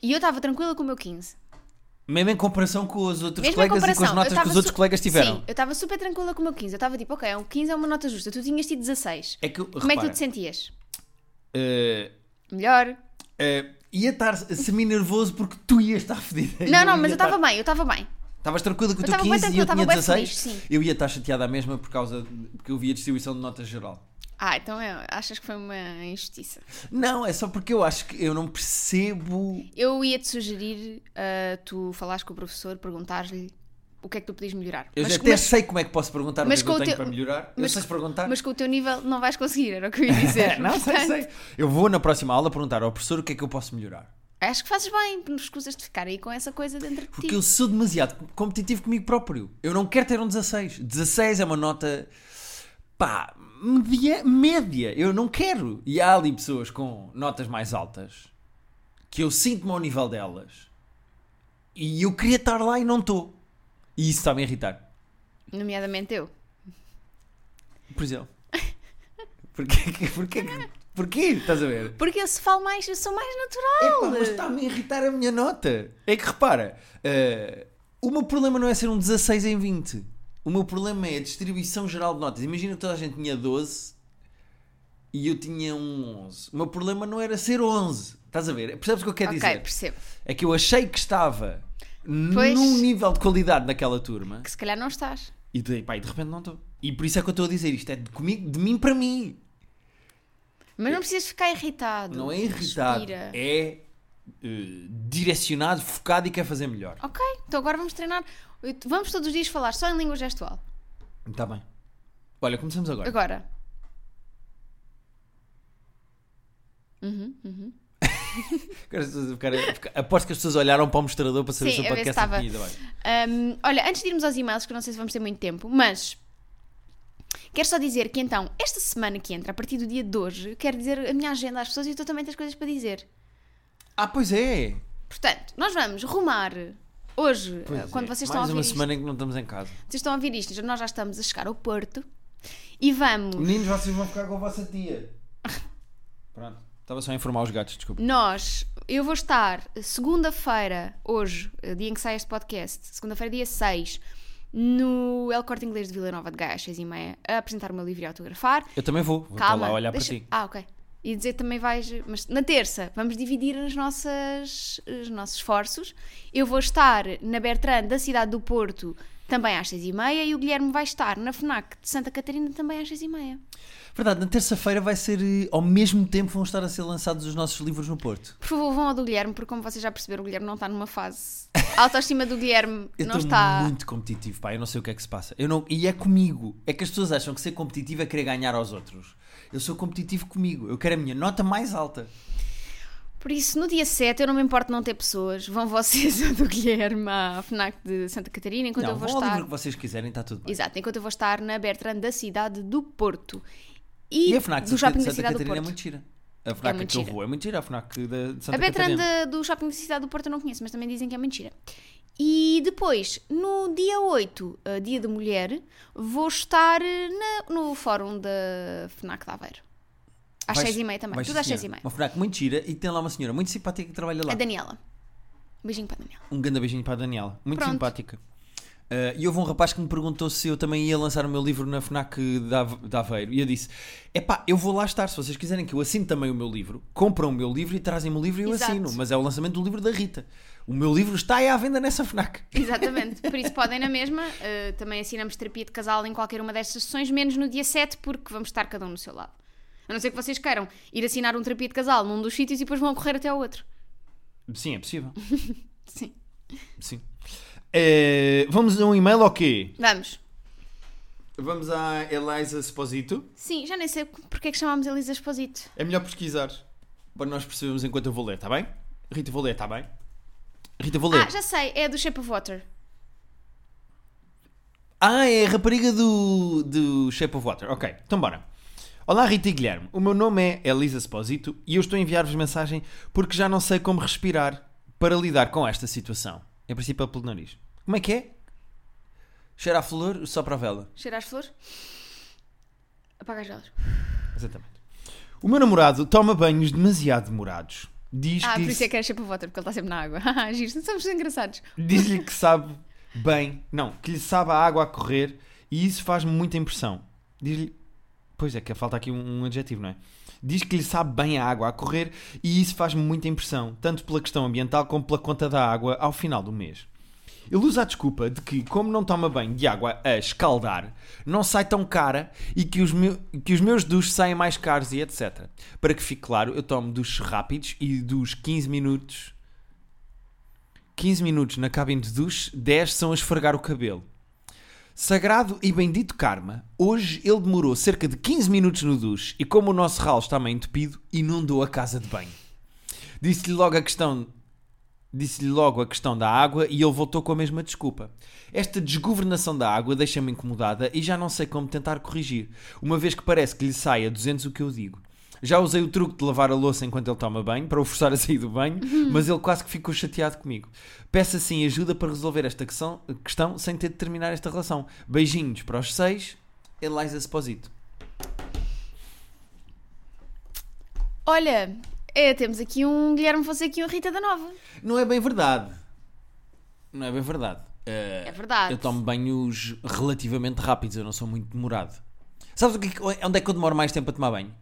Speaker 1: E eu estava tranquila com o meu 15.
Speaker 2: Mesmo em comparação com os outros
Speaker 1: Mesmo em
Speaker 2: colegas e com as
Speaker 1: comparação, eu
Speaker 2: notas que
Speaker 1: tava
Speaker 2: os outros
Speaker 1: su-
Speaker 2: colegas tiveram.
Speaker 1: Sim, eu estava super tranquila com o meu 15. Eu estava tipo, ok, é um 15 é uma nota justa. Tu tinhas tido 16.
Speaker 2: É que, eu-
Speaker 1: Como é que tu
Speaker 2: repara,
Speaker 1: te sentias?
Speaker 2: eh,
Speaker 1: Melhor?
Speaker 2: eh, ia estar semi-nervoso porque tu ias estar fedida.
Speaker 1: não, não, mas eu estava bem, eu estava bem.
Speaker 2: Estavas tranquila com o
Speaker 1: Eu
Speaker 2: teu
Speaker 1: tava bué
Speaker 2: 15 e eu
Speaker 1: tranquila,
Speaker 2: tinha
Speaker 1: tava bué
Speaker 2: 16.
Speaker 1: feliz, sim.
Speaker 2: eu ia estar chateada à mesma por causa. de- porque eu vi a distribuição de notas geral.
Speaker 1: Ah, então é, achas que foi uma injustiça.
Speaker 2: Não, é só porque eu acho que eu não percebo.
Speaker 1: Eu ia-te sugerir ah, tu falares com o professor, perguntares-lhe o que é que tu podias melhorar.
Speaker 2: Eu
Speaker 1: mas,
Speaker 2: já até
Speaker 1: mas-
Speaker 2: sei como é que posso perguntar o que,
Speaker 1: mas
Speaker 2: é que eu
Speaker 1: com o teu-
Speaker 2: tenho para melhorar. eu
Speaker 1: mas-
Speaker 2: sei perguntar. É,
Speaker 1: mas com o teu nível não vais conseguir, era o que eu ia dizer.
Speaker 2: não, sei,
Speaker 1: Portanto,
Speaker 2: sei. Eu vou na próxima aula perguntar ao professor o que é que eu posso melhorar.
Speaker 1: Acho que fazes bem, não escusas de ficar aí com essa coisa dentro de ti.
Speaker 2: Porque eu sou demasiado competitivo comigo próprio. Eu não quero ter um 16. 16 é uma nota. pá, media, média. Eu não quero. E há ali pessoas com notas mais altas que eu sinto-me ao nível delas e eu queria estar lá e não estou. E isso está-me a irritar.
Speaker 1: Nomeadamente eu.
Speaker 2: Por exemplo. Porquê? que- Porquê? que- Porquê? Estás a ver?
Speaker 1: Porque eu se falo mais, eu sou mais
Speaker 2: Epá,
Speaker 1: natural.
Speaker 2: mas está-me a irritar a minha nota. É que repara, eh, o meu problema não é ser um 16 em 20. O meu problema é a distribuição geral de notas. Imagina que toda a gente tinha 12 e eu tinha um 11. O meu problema não era ser 11. Estás a ver? Percebes o que eu quero
Speaker 1: ok,
Speaker 2: dizer?
Speaker 1: percebo.
Speaker 2: É que eu achei que estava
Speaker 1: Pois.
Speaker 2: num nível de qualidade naquela turma
Speaker 1: Que se calhar não estás.
Speaker 2: e de, pá, e de repente não estou. E por isso é que eu estou a dizer isto. É de, comigo, de mim para mim.
Speaker 1: Mas não precisas ficar irritado.
Speaker 2: Não é irritado.
Speaker 1: Respira.
Speaker 2: É eh, direcionado, focado e quer fazer melhor.
Speaker 1: Ok, então agora vamos treinar. Eu- Vamos todos os dias falar só em língua gestual.
Speaker 2: Está Tá bem. Olha, começamos agora.
Speaker 1: Agora. Uhum, uhum.
Speaker 2: Agora as pessoas ficarem- fica- Aposto que as pessoas olharam para o mostrador para saber
Speaker 1: Sim,
Speaker 2: se o
Speaker 1: a ver se
Speaker 2: podcast
Speaker 1: estava-
Speaker 2: tinha ido bem.
Speaker 1: Ahm, olha, antes de irmos aos e-mails, que eu não sei se vamos ter muito tempo, mas quero só dizer que então, esta semana que entra, a partir do dia de hoje, quero dizer a minha agenda às pessoas e eu também tenho coisas para dizer.
Speaker 2: Ah, pois é.
Speaker 1: Portanto, nós vamos rumar hoje,
Speaker 2: Pois
Speaker 1: eh, quando
Speaker 2: é.
Speaker 1: vocês estão a
Speaker 2: Mais
Speaker 1: ouvir
Speaker 2: uma
Speaker 1: isto.
Speaker 2: semana em que não estamos em casa.
Speaker 1: Vocês estão a ouvir isto, nós já estamos a chegar ao Porto e vamos.
Speaker 2: Meninos, vocês vão ficar com a vossa tia. Pronto. Estava só a informar os gatos, desculpa.
Speaker 1: Nós, eu vou estar segunda-feira, hoje, eh, dia em que sai este podcast, segunda-feira, dia 6, no El Corte Inglês de Vila Nova de Gaia, às 6h30, a apresentar o meu livro e a autografar.
Speaker 2: Eu também vou. Vou estar
Speaker 1: Calma.
Speaker 2: lá a olhar
Speaker 1: deixa-
Speaker 2: para ti.
Speaker 1: Ah, ok. E dizer também vais. Mas na terça vamos dividir as nossas, os nossos esforços. Eu vou estar na Bertrand da cidade do Porto também às seis e meia e o Guilherme vai estar na FNAC de Santa Catarina também às seis e meia.
Speaker 2: Verdade, na terça-feira vai ser. eh, Ao mesmo tempo vão estar a ser lançados os nossos livros no Porto.
Speaker 1: Por favor, vão ao do Guilherme, porque como vocês já perceberam, o Guilherme não está numa fase. A autoestima do Guilherme
Speaker 2: Eu
Speaker 1: não
Speaker 2: estou
Speaker 1: está.
Speaker 2: muito competitivo, pá, eu não sei o que é que se passa. Eu não... E é comigo. É que as pessoas acham que ser competitivo é querer ganhar aos outros. Eu sou competitivo comigo. Eu quero a minha nota mais alta.
Speaker 1: Por isso, no dia 7, eu não me importo não ter pessoas. Vão vocês ao do Guilherme à FNAC de Santa Catarina, enquanto
Speaker 2: não,
Speaker 1: eu vou
Speaker 2: vão ao
Speaker 1: estar.
Speaker 2: livro que vocês quiserem, está tudo bem.
Speaker 1: Exato, enquanto eu vou estar na Bertrand da cidade do Porto.
Speaker 2: E a FNAC
Speaker 1: do
Speaker 2: de
Speaker 1: shopping
Speaker 2: Santa
Speaker 1: da cidade do
Speaker 2: Catarina é
Speaker 1: Porto.
Speaker 2: muito gira. A FNAC
Speaker 1: muito
Speaker 2: que eu
Speaker 1: gira.
Speaker 2: vou é muito gira, a FNAC da- de Santa
Speaker 1: a Bertrand da-
Speaker 2: Catarina.
Speaker 1: do shopping da cidade do Porto eu não conheço, mas também dizem que é mentira. E depois, no dia 8, eh, dia da mulher, vou estar eh, na- no fórum da FNAC de Aveiro. Às
Speaker 2: Vais-
Speaker 1: 6h30 também,
Speaker 2: vais,
Speaker 1: tudo às
Speaker 2: sim,
Speaker 1: 6h30.
Speaker 2: Uma FNAC muito gira e tem lá uma senhora muito simpática que trabalha lá.
Speaker 1: A Daniela. Um beijinho para a Daniela.
Speaker 2: Um grande beijinho para a Daniela, muito
Speaker 1: Pronto.
Speaker 2: simpática. Ah, e houve um rapaz que me perguntou se eu também ia lançar o meu livro na FNAC da Ave- de Aveiro. E eu disse: é pá, eu vou lá estar. Se vocês quiserem que eu assine também o meu livro, compram o meu livro e trazem-me o livro e eu
Speaker 1: Exato.
Speaker 2: assino. Mas é o lançamento do livro da Rita. O meu livro está aí à venda nessa FNAC.
Speaker 1: Exatamente, por isso podem na mesma. eh, também assinamos terapia de casal em qualquer uma destas sessões, menos no dia 7, porque vamos estar cada um no seu lado. A não ser que vocês queiram ir assinar um terapia de casal num dos sítios e depois vão correr até ao outro.
Speaker 2: Sim, é possível.
Speaker 1: Sim.
Speaker 2: Sim. Eh, vamos a um e-mail ou quê?
Speaker 1: Vamos.
Speaker 2: Vamos à Eliza Esposito.
Speaker 1: Sim, já nem sei porque é que chamámos Elisa Esposito.
Speaker 2: É melhor pesquisar para nós percebermos enquanto eu vou ler, está bem? Rita, vou ler, está bem? Rita, vou ler.
Speaker 1: Ah, já sei, é a do Shape of Water.
Speaker 2: Ah, é a rapariga do, do Shape of Water. Ok, então bora. Olá Rita e Guilherme, o meu nome é Elisa Esposito e eu estou a enviar-vos mensagem porque já não sei como respirar para lidar com esta situação. Em princípio é pelo nariz. Como é que é? Cheira a flor, só para a vela.
Speaker 1: Cheira às flores. Apaga as velas.
Speaker 2: Exatamente. O meu namorado toma banhos demasiado demorados. diz
Speaker 1: Ah,
Speaker 2: que
Speaker 1: por isso é que era sempre o Potter, porque ele está sempre na água. Ah, Giro, não somos engraçados.
Speaker 2: Diz-lhe que sabe bem, não, que lhe sabe a água a correr e isso faz-me muita impressão. Diz-lhe, pois é que falta aqui um, um adjetivo, não é? Diz que lhe sabe bem a água a correr e isso faz-me muita impressão, tanto pela questão ambiental como pela conta da água ao final do mês. Ele usa a desculpa de que, como não toma banho de água a escaldar, não sai tão cara e que os, meu- que os meus duches saem mais caros e etc. Para que fique claro, eu tomo duches rápidos e dos 15 minutos 15 minutos na cabine de duche, 10 são a esfregar o cabelo. Sagrado e bendito karma, hoje ele demorou cerca de 15 minutos no duche e como o nosso ralo está meio entupido, inundou a casa de banho. Disse-lhe logo a questão Disse-lhe logo a questão da água e ele voltou com a mesma desculpa. Esta desgovernação da água deixa-me incomodada e já não sei como tentar corrigir, uma vez que parece que lhe sai a 200 o que eu digo. Já usei o truque de lavar a louça enquanto ele toma banho, para o forçar a sair do banho, mas ele quase que ficou chateado comigo. Peço assim ajuda para resolver esta questão, questão sem ter de terminar esta relação. Beijinhos para os seis, Eliza Sposito.
Speaker 1: Olha, é, temos aqui um Guilherme Fonseca e um Rita da Nova.
Speaker 2: Não é bem verdade. Não é bem verdade. Eh,
Speaker 1: É verdade.
Speaker 2: Eu tomo banhos relativamente rápidos, eu não sou muito demorado. Sabes o que, é que- onde é que eu demoro mais tempo a tomar banho?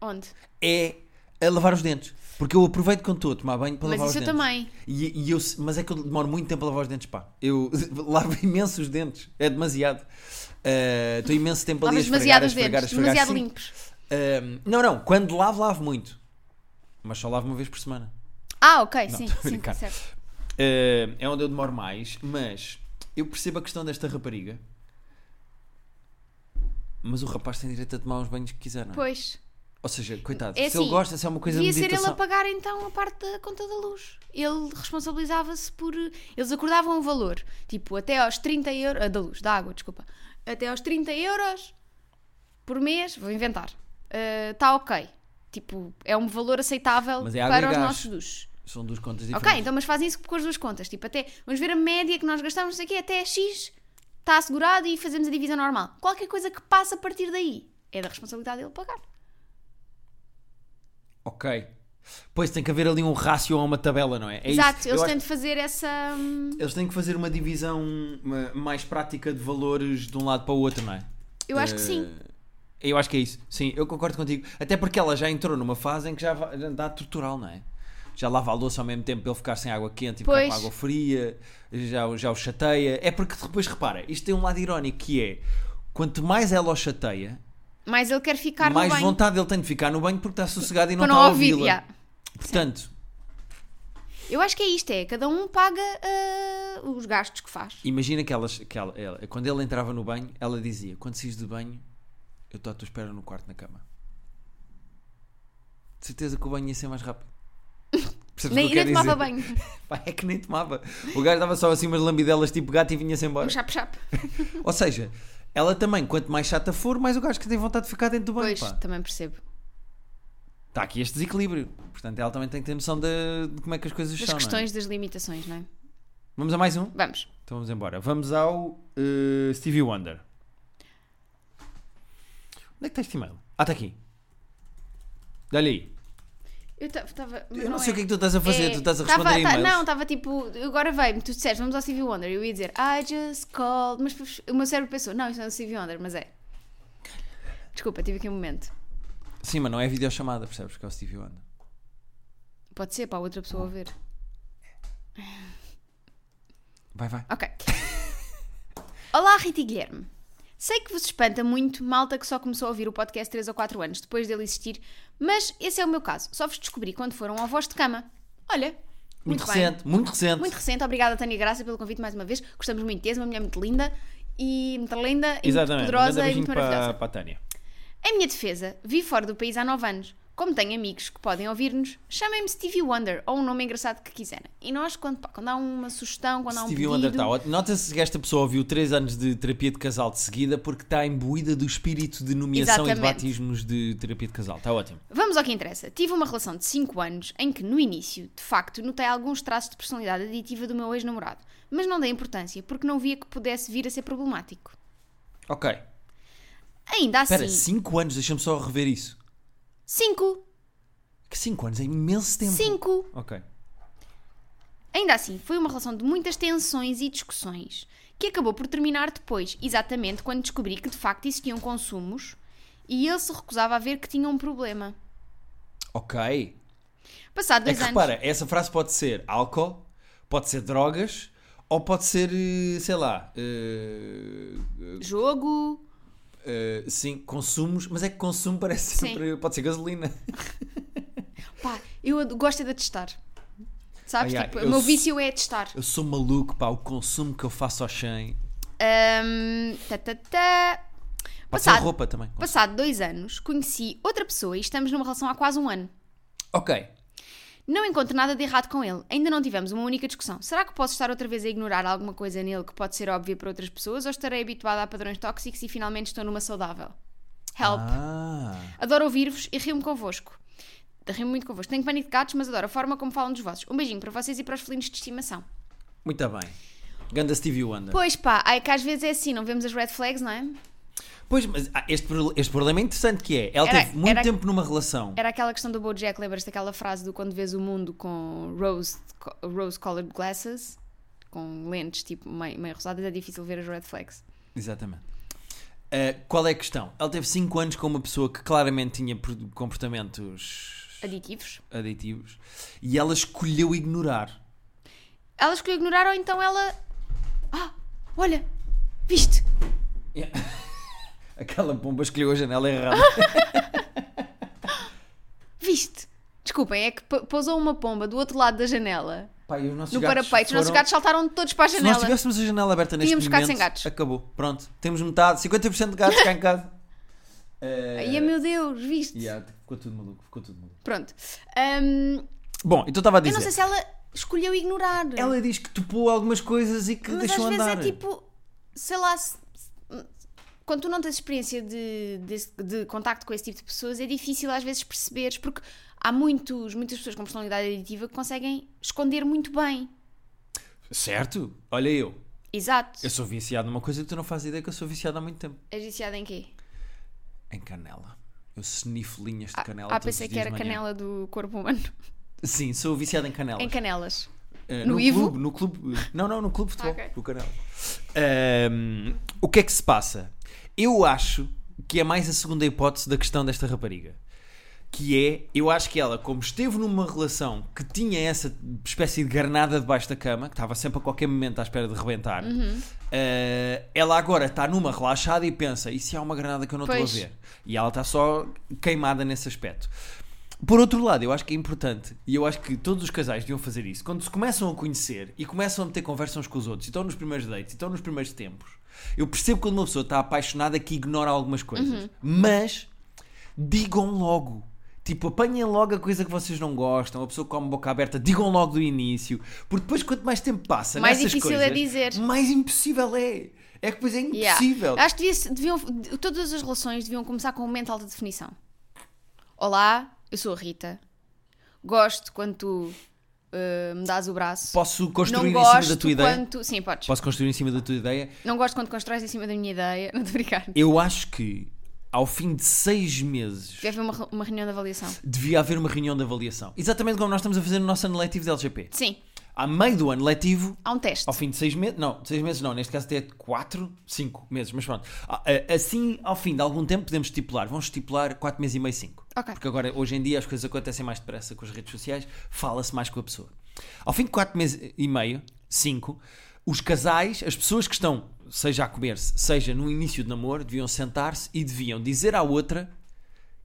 Speaker 1: Onde?
Speaker 2: É a lavar os dentes. Porque eu aproveito quando estou a tomar banho para
Speaker 1: Mas
Speaker 2: lavar os
Speaker 1: isso eu
Speaker 2: dentes.
Speaker 1: também.
Speaker 2: E, e eu, mas é que eu demoro muito tempo a lavar os dentes, pá. Eu lavo imenso os dentes. É demasiado. Eh, Estou imenso tempo ali a
Speaker 1: Lavas
Speaker 2: esfregar,
Speaker 1: demasiado
Speaker 2: a
Speaker 1: os
Speaker 2: esfregar, a
Speaker 1: dentes,
Speaker 2: esfregar. assim.
Speaker 1: demasiado
Speaker 2: Sim.
Speaker 1: limpos.
Speaker 2: Eh, não, não. Quando lavo, lavo muito. Mas só lavo uma vez por semana.
Speaker 1: Ah, ok,
Speaker 2: Não,
Speaker 1: sim,
Speaker 2: estou a
Speaker 1: sim,
Speaker 2: brincar.
Speaker 1: certo.
Speaker 2: Eh, é onde eu demoro mais, mas eu percebo a questão desta rapariga. Mas o rapaz tem direito a tomar os banhos que quiser, não é?
Speaker 1: Pois.
Speaker 2: Ou seja, coitado,
Speaker 1: É
Speaker 2: se
Speaker 1: assim,
Speaker 2: ele gosta, se é uma coisa de
Speaker 1: Devia ser ele
Speaker 2: meditação.
Speaker 1: a pagar então a parte da conta da luz. Ele responsabilizava-se por. Eles acordavam um valor, tipo até aos 30 euros. ah, Da luz, da água, desculpa. Até aos 30 euros por mês, vou inventar. Está ok. Tipo, é um valor aceitável
Speaker 2: Mas é água
Speaker 1: para
Speaker 2: e
Speaker 1: os
Speaker 2: gás.
Speaker 1: nossos duches.
Speaker 2: São duas contas
Speaker 1: Ok,
Speaker 2: diferentes.
Speaker 1: então mas fazem isso com as duas contas. Tipo, até vamos ver a média que nós gastamos, não sei o quê, até X está assegurado e fazemos a divisão normal. Qualquer coisa que passa a partir daí é da responsabilidade dele pagar.
Speaker 2: Ok. Pois tem que haver ali um rácio ou uma tabela, não é? É
Speaker 1: Exato,
Speaker 2: isso. Eu
Speaker 1: eles
Speaker 2: acho-
Speaker 1: têm de fazer essa. hum,
Speaker 2: eles têm que fazer uma divisão uma- mais prática de valores de um lado para o outro, não é?
Speaker 1: Eu acho que sim.
Speaker 2: Eh, Eu acho que é isso. Sim, eu concordo contigo. Até porque ela já entrou numa fase em que já va- já dá tortural, não é? Já lava a louça ao mesmo tempo para ele ficar sem água quente e ficar
Speaker 1: Pois.
Speaker 2: com água fria, já, o- já o chateia. É porque depois repara, isto tem um lado irónico que é quanto mais ela o chateia,
Speaker 1: Mas ele quer ficar
Speaker 2: mais
Speaker 1: no banho.
Speaker 2: vontade ele tem de ficar no banho porque está sossegado e não
Speaker 1: para
Speaker 2: está a
Speaker 1: não ouvir.
Speaker 2: ouvi-la.
Speaker 1: yeah.
Speaker 2: Portanto,
Speaker 1: Eu acho que é isto: é cada um paga ah, os gastos que faz.
Speaker 2: imagina que, elas, que ela, ela- quando ele entrava no banho, ela dizia: Quando saís do banho, eu estou à tua espera no quarto na cama. De certeza que o banho ia ser mais rápido. Percebes o que
Speaker 1: Nem,
Speaker 2: eu
Speaker 1: nem
Speaker 2: quero
Speaker 1: tomava
Speaker 2: dizer?
Speaker 1: banho.
Speaker 2: Pá, é que nem tomava. O gajo dava só assim umas lambidelas tipo gato e vinha-se embora.
Speaker 1: Um chap-chap.
Speaker 2: Ou seja, ela também, quanto mais chata for, mais o gajo que tem vontade de ficar dentro do banho.
Speaker 1: Pois,
Speaker 2: Está
Speaker 1: também percebo.
Speaker 2: aqui este desequilíbrio. Portanto, ela também tem que ter noção de, de como é que as coisas
Speaker 1: Das
Speaker 2: são. não é?
Speaker 1: questões das limitações, não é?
Speaker 2: Vamos a mais um?
Speaker 1: Vamos.
Speaker 2: Então vamos embora. Vamos ao eh, Stevie Wonder. Onde é que está este e-mail? Ah, está aqui. Dá-lhe aí.
Speaker 1: Eu estava.
Speaker 2: Eu não, sei o que é que tu estás a fazer, tu estás a responder a e-mails.
Speaker 1: Não, estava tipo. Agora veio-me, tu disseste, vamos ao Stevie Wonder. Eu ia dizer, I just called. Mas o meu cérebro pensou, não, isso não é o Stevie Wonder, mas é. Desculpa, tive aqui um momento.
Speaker 2: Sim, mas não é videochamada, percebes? Que é o Stevie Wonder.
Speaker 1: Pode ser para a outra pessoa ouvir.
Speaker 2: Vai, vai.
Speaker 1: Ok. Olá, Rita e Guilherme. Sei que vos espanta muito malta que só começou a ouvir o podcast 3 ou 4 anos depois dele existir, mas esse é o meu caso. Só vos descobri quando foram ao Voz de Cama. Olha,
Speaker 2: Muito,
Speaker 1: bem.
Speaker 2: recente, muito recente.
Speaker 1: Muito recente. Obrigada, Tânia Graça, pelo convite mais uma vez. Gostamos muito de teres, uma mulher muito linda e muito linda e
Speaker 2: Exatamente.
Speaker 1: muito
Speaker 2: Manda
Speaker 1: poderosa e
Speaker 2: beijinho
Speaker 1: muito
Speaker 2: para,
Speaker 1: maravilhosa.
Speaker 2: para a Tânia.
Speaker 1: Em minha defesa, vi fora do país há 9 anos. Como tenho amigos que podem ouvir-nos, chamem-me Stevie Wonder ou um nome engraçado que quiserem. E nós, quando, pá, quando há uma sugestão, quando
Speaker 2: Stevie
Speaker 1: há um
Speaker 2: Wonder tá
Speaker 1: pedido...
Speaker 2: está ótimo. Nota-se que esta pessoa ouviu 3 anos de terapia de casal de seguida porque está imbuída do espírito de nomeação e de
Speaker 1: Exatamente.
Speaker 2: batismos de terapia de casal. Está ótimo.
Speaker 1: Vamos ao que interessa. Tive uma relação de 5 anos em que, no início, de facto, notei alguns traços de personalidade aditiva do meu ex-namorado, mas não dei importância porque não via que pudesse vir a ser problemático.
Speaker 2: Ok.
Speaker 1: Ainda
Speaker 2: Espera,
Speaker 1: assim,
Speaker 2: 5 anos, deixa-me só rever isso.
Speaker 1: 5
Speaker 2: Que 5 anos é imenso tempo.
Speaker 1: Cinco.
Speaker 2: Ok.
Speaker 1: Ainda assim, foi uma relação de muitas tensões e discussões, que acabou por terminar depois, exatamente quando descobri que de facto existiam consumos e ele se recusava a ver que tinha um problema.
Speaker 2: Ok.
Speaker 1: Passado
Speaker 2: É
Speaker 1: dois
Speaker 2: que
Speaker 1: anos.
Speaker 2: repara, essa frase pode ser álcool, pode ser drogas, ou pode ser, eh, sei lá, eh,
Speaker 1: Jogo.
Speaker 2: eh, sim, consumos, mas é que consumo parece
Speaker 1: Sim.
Speaker 2: sempre. Pode ser gasolina.
Speaker 1: Pá, eu ad- gosto é de testar. Sabes?
Speaker 2: Ai, ai,
Speaker 1: tipo,
Speaker 2: eu
Speaker 1: o meu
Speaker 2: sou-
Speaker 1: vício é testar.
Speaker 2: Eu sou maluco, pá, o consumo que eu faço ao Shein.
Speaker 1: Ahm, tá, tá, tá.
Speaker 2: Pode ser
Speaker 1: Passado.
Speaker 2: roupa também.
Speaker 1: Passado dois anos, conheci outra pessoa e estamos numa relação há quase um ano.
Speaker 2: Ok.
Speaker 1: Não encontro nada de errado com ele. Ainda não tivemos uma única discussão. Será que posso estar outra vez a ignorar alguma coisa nele que pode ser óbvia para outras pessoas ou estarei habituada a padrões tóxicos e finalmente estou numa saudável? Help.
Speaker 2: Ah,
Speaker 1: Adoro ouvir-vos e rio-me convosco. Rio-me muito convosco. Tenho pânico de gatos, mas adoro a forma como falam dos vossos. Um beijinho para vocês e para os felinos de estimação.
Speaker 2: muito bem. Ganda Stevie Wonder.
Speaker 1: Pois pá, é que às vezes é assim, não vemos as red flags, não é?
Speaker 2: Pois, mas ah, este, pro- este problema é interessante que é. Ela
Speaker 1: Era-
Speaker 2: teve muito
Speaker 1: era-
Speaker 2: tempo numa relação.
Speaker 1: Era aquela questão do BoJack, lembras-te daquela frase do quando vês o mundo com rose, co- rose-colored glasses? Com lentes tipo meio, meio rosadas, é difícil ver as red flags.
Speaker 2: Exatamente. Ah, qual é a questão? Ela teve 5 anos com uma pessoa que claramente tinha pro- comportamentos
Speaker 1: Aditivos.
Speaker 2: aditivos e ela escolheu ignorar.
Speaker 1: Ela escolheu ignorar ou então ela... Ah, olha, viste?
Speaker 2: Aquela bomba escolheu a janela errada.
Speaker 1: Ah! Viste? Desculpem, é que p- pousou uma pomba do outro lado da janela,
Speaker 2: Pá, e os nossos
Speaker 1: no
Speaker 2: gatos
Speaker 1: parapeito. Os nossos
Speaker 2: foram-
Speaker 1: gatos saltaram todos para a
Speaker 2: Se nós
Speaker 1: janela.
Speaker 2: tivéssemos a janela aberta neste
Speaker 1: Tínhamos
Speaker 2: momento,
Speaker 1: gatos sem gatos.
Speaker 2: acabou. Pronto, temos metade, 50% de gatos cá em casa. Ah,
Speaker 1: Ai, meu Deus, viste?
Speaker 2: yeah, ficou tudo maluco, ficou tudo maluco.
Speaker 1: Pronto. Hum,
Speaker 2: Bom, então estava a
Speaker 1: eu não
Speaker 2: dizer.
Speaker 1: sei se ela escolheu ignorar.
Speaker 2: Ela diz que topou algumas coisas e que
Speaker 1: Mas
Speaker 2: deixou
Speaker 1: às vezes
Speaker 2: andar.
Speaker 1: é tipo, sei lá, se- se- quando tu não tens experiência de, desse- de, contacto com esse tipo de pessoas, é difícil às vezes perceberes, porque há muitos, muitas pessoas com personalidade aditiva que conseguem esconder muito bem.
Speaker 2: Certo? Olha eu.
Speaker 1: Exato.
Speaker 2: Eu sou viciado numa coisa que tu não fazes ideia que eu sou viciado há muito tempo.
Speaker 1: És viciada em quê?
Speaker 2: Em canela. Eu snifo linhas de
Speaker 1: Ah,
Speaker 2: canela
Speaker 1: ah,
Speaker 2: todos os
Speaker 1: pensei que
Speaker 2: dias
Speaker 1: era
Speaker 2: de manhã.
Speaker 1: canela do corpo humano.
Speaker 2: Sim, sou viciado em canela.
Speaker 1: Em canelas.
Speaker 2: Eh,
Speaker 1: no Ivo? Ah,
Speaker 2: Clube, no clube. eh, Não, não, no clube de futebol.
Speaker 1: Ok.
Speaker 2: No canela. Ahm, o que é que se passa? Eu acho que é mais a segunda hipótese da questão desta rapariga. Que é, eu acho que ela, como esteve numa relação que tinha essa espécie de garnada debaixo da cama, que estava sempre a qualquer momento à espera de rebentar,
Speaker 1: Uhum.
Speaker 2: eh, ela agora está numa relaxada e pensa: e se há uma granada que eu não estou a
Speaker 1: Pois.
Speaker 2: ver? E ela está só queimada nesse aspecto. Por outro lado, eu acho que é importante, e eu acho que todos os casais deviam fazer isso, quando se começam a conhecer e começam a meter conversa uns com os outros, e estão nos primeiros dates, e estão nos primeiros tempos, eu percebo quando uma pessoa está apaixonada que ignora algumas coisas,
Speaker 1: Uhum.
Speaker 2: mas digam logo. Tipo, apanhem logo a coisa que vocês não gostam, a pessoa come boca aberta, digam logo do início, porque depois quanto mais tempo passa,
Speaker 1: Mais
Speaker 2: nessas
Speaker 1: difícil é
Speaker 2: coisas,
Speaker 1: dizer.
Speaker 2: mais impossível é. É que depois é
Speaker 1: Yeah.
Speaker 2: impossível.
Speaker 1: Acho que devia- deviam, de- todas as relações deviam começar com um momento de alta definição. Olá, eu sou a Rita. Gosto quando tu eh, me dás o braço.
Speaker 2: Posso construir
Speaker 1: não
Speaker 2: em
Speaker 1: gosto
Speaker 2: cima da tua ideia?
Speaker 1: quando... Sim, podes.
Speaker 2: Posso construir em cima da tua ideia?
Speaker 1: Não gosto quando constróis em cima da minha ideia. Não estou a brincar.
Speaker 2: Eu acho que ao fim de seis meses
Speaker 1: Deve haver uma, re- uma reunião de avaliação.
Speaker 2: devia haver uma reunião de avaliação. Exatamente como nós estamos a fazer no nosso ano letivo de LGP.
Speaker 1: Sim,
Speaker 2: A meio do ano letivo,
Speaker 1: há um teste.
Speaker 2: ao fim de seis meses, não, de seis meses não, neste caso até quatro, cinco meses, mas pronto. A- a- Assim, ao fim de algum tempo, podemos estipular, vamos estipular quatro meses e meio, cinco.
Speaker 1: Ok.
Speaker 2: Porque agora, hoje em dia, as coisas acontecem mais depressa com as redes sociais, fala-se mais com a pessoa. Ao fim de quatro meses e meio, cinco, os casais, as pessoas que estão, seja a comer-se, seja no início de namoro, deviam sentar-se e deviam dizer à outra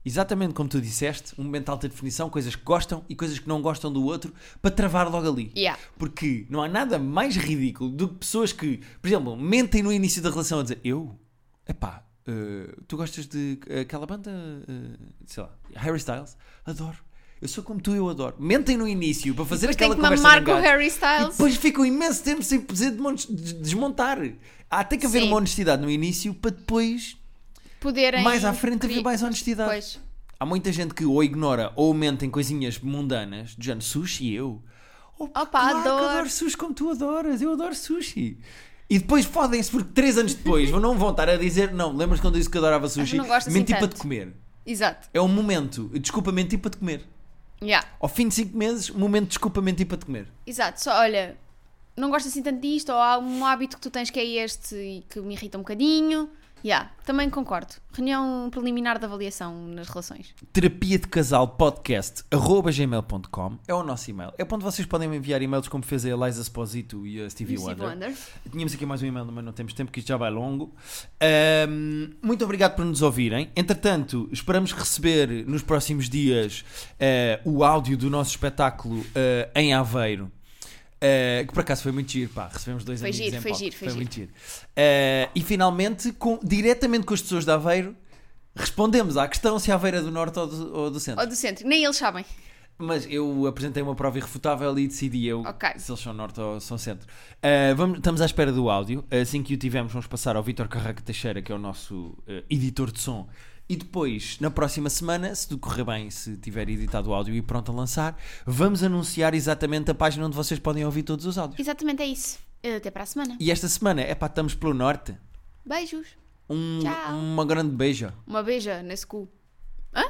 Speaker 2: Exatamente como tu disseste, um momento de alta definição, coisas que gostam e coisas que não gostam do outro, para travar logo ali.
Speaker 1: Yeah.
Speaker 2: Porque não há nada mais ridículo do que pessoas que, por exemplo, mentem no início da relação a dizer eu? Epá, eh, tu gostas de aquela banda, eh, sei lá, Harry Styles? Adoro. Eu sou como tu, eu adoro. Mentem no início para fazer
Speaker 1: Depois tem
Speaker 2: aquela
Speaker 1: que
Speaker 2: conversa
Speaker 1: mamar com o
Speaker 2: de gato.
Speaker 1: Harry
Speaker 2: E
Speaker 1: Styles.
Speaker 2: depois ficam imenso tempo sem poder demon- des- desmontar. Há tem que haver
Speaker 1: Sim.
Speaker 2: uma honestidade no início para depois,
Speaker 1: Poderem...
Speaker 2: mais à frente, haver
Speaker 1: pedir-
Speaker 2: mais honestidade.
Speaker 1: Pois.
Speaker 2: Há muita gente que ou ignora ou mente em coisinhas mundanas, do género sushi, eu. Oh,
Speaker 1: Opa,
Speaker 2: claro que eu
Speaker 1: adoro.
Speaker 2: adoro sushi como tu adoras, eu adoro sushi. E depois fodem-se porque três anos depois não vão estar a dizer, não, lembras quando eu disse que adorava sushi?
Speaker 1: não gosto assim
Speaker 2: menti para
Speaker 1: tanto."
Speaker 2: te comer.
Speaker 1: Exato.
Speaker 2: É um momento, desculpa, menti para te comer.
Speaker 1: Yeah.
Speaker 2: Ao fim de 5 meses, um momento de desculpa mentir para te comer.
Speaker 1: Exato, só olha, não gosto assim tanto disto, ou há um hábito que tu tens que é este e que me irrita um bocadinho. Yeah, também concordo. Reunião preliminar de avaliação nas relações.
Speaker 2: terapia de casal podcast arroba gmail.com é o nosso e-mail. É para onde vocês podem me enviar e-mails como fez a Eliza Esposito e a Stevie
Speaker 1: Steve
Speaker 2: Wonder.
Speaker 1: Wonder.
Speaker 2: Tínhamos aqui mais um e-mail, mas não temos tempo, que isto já vai longo. Ahm, muito obrigado por nos ouvirem. Entretanto, esperamos receber nos próximos dias eh, o áudio do nosso espetáculo eh, em Aveiro. eh, que por acaso foi muito giro, pá. Recebemos dois
Speaker 1: Foi
Speaker 2: amigos
Speaker 1: giro,
Speaker 2: em
Speaker 1: foi
Speaker 2: palco.
Speaker 1: giro, foi giro.
Speaker 2: muito giro. Eh, e finalmente, com, diretamente com as pessoas de Aveiro, respondemos à questão se Aveiro é do Norte ou do, ou do Centro.
Speaker 1: Ou do centro, nem eles sabem.
Speaker 2: Mas eu apresentei uma prova irrefutável e decidi eu
Speaker 1: Ok.
Speaker 2: se eles são norte ou são centro. Ah, vamos, estamos à espera do áudio. Assim que o tivermos, vamos passar ao Vítor Carraca Teixeira, que é o nosso eh, editor de som. E depois, na próxima semana, se tudo correr bem, se tiver editado o áudio e pronto a lançar, vamos anunciar exatamente a página onde vocês podem ouvir todos os áudios.
Speaker 1: Exatamente é isso. Até para a semana.
Speaker 2: E esta semana, é pá, estamos pelo norte.
Speaker 1: Beijos.
Speaker 2: Um,
Speaker 1: Tchau.
Speaker 2: uma grande beijo.
Speaker 1: Uma beija nesse cu. Hã?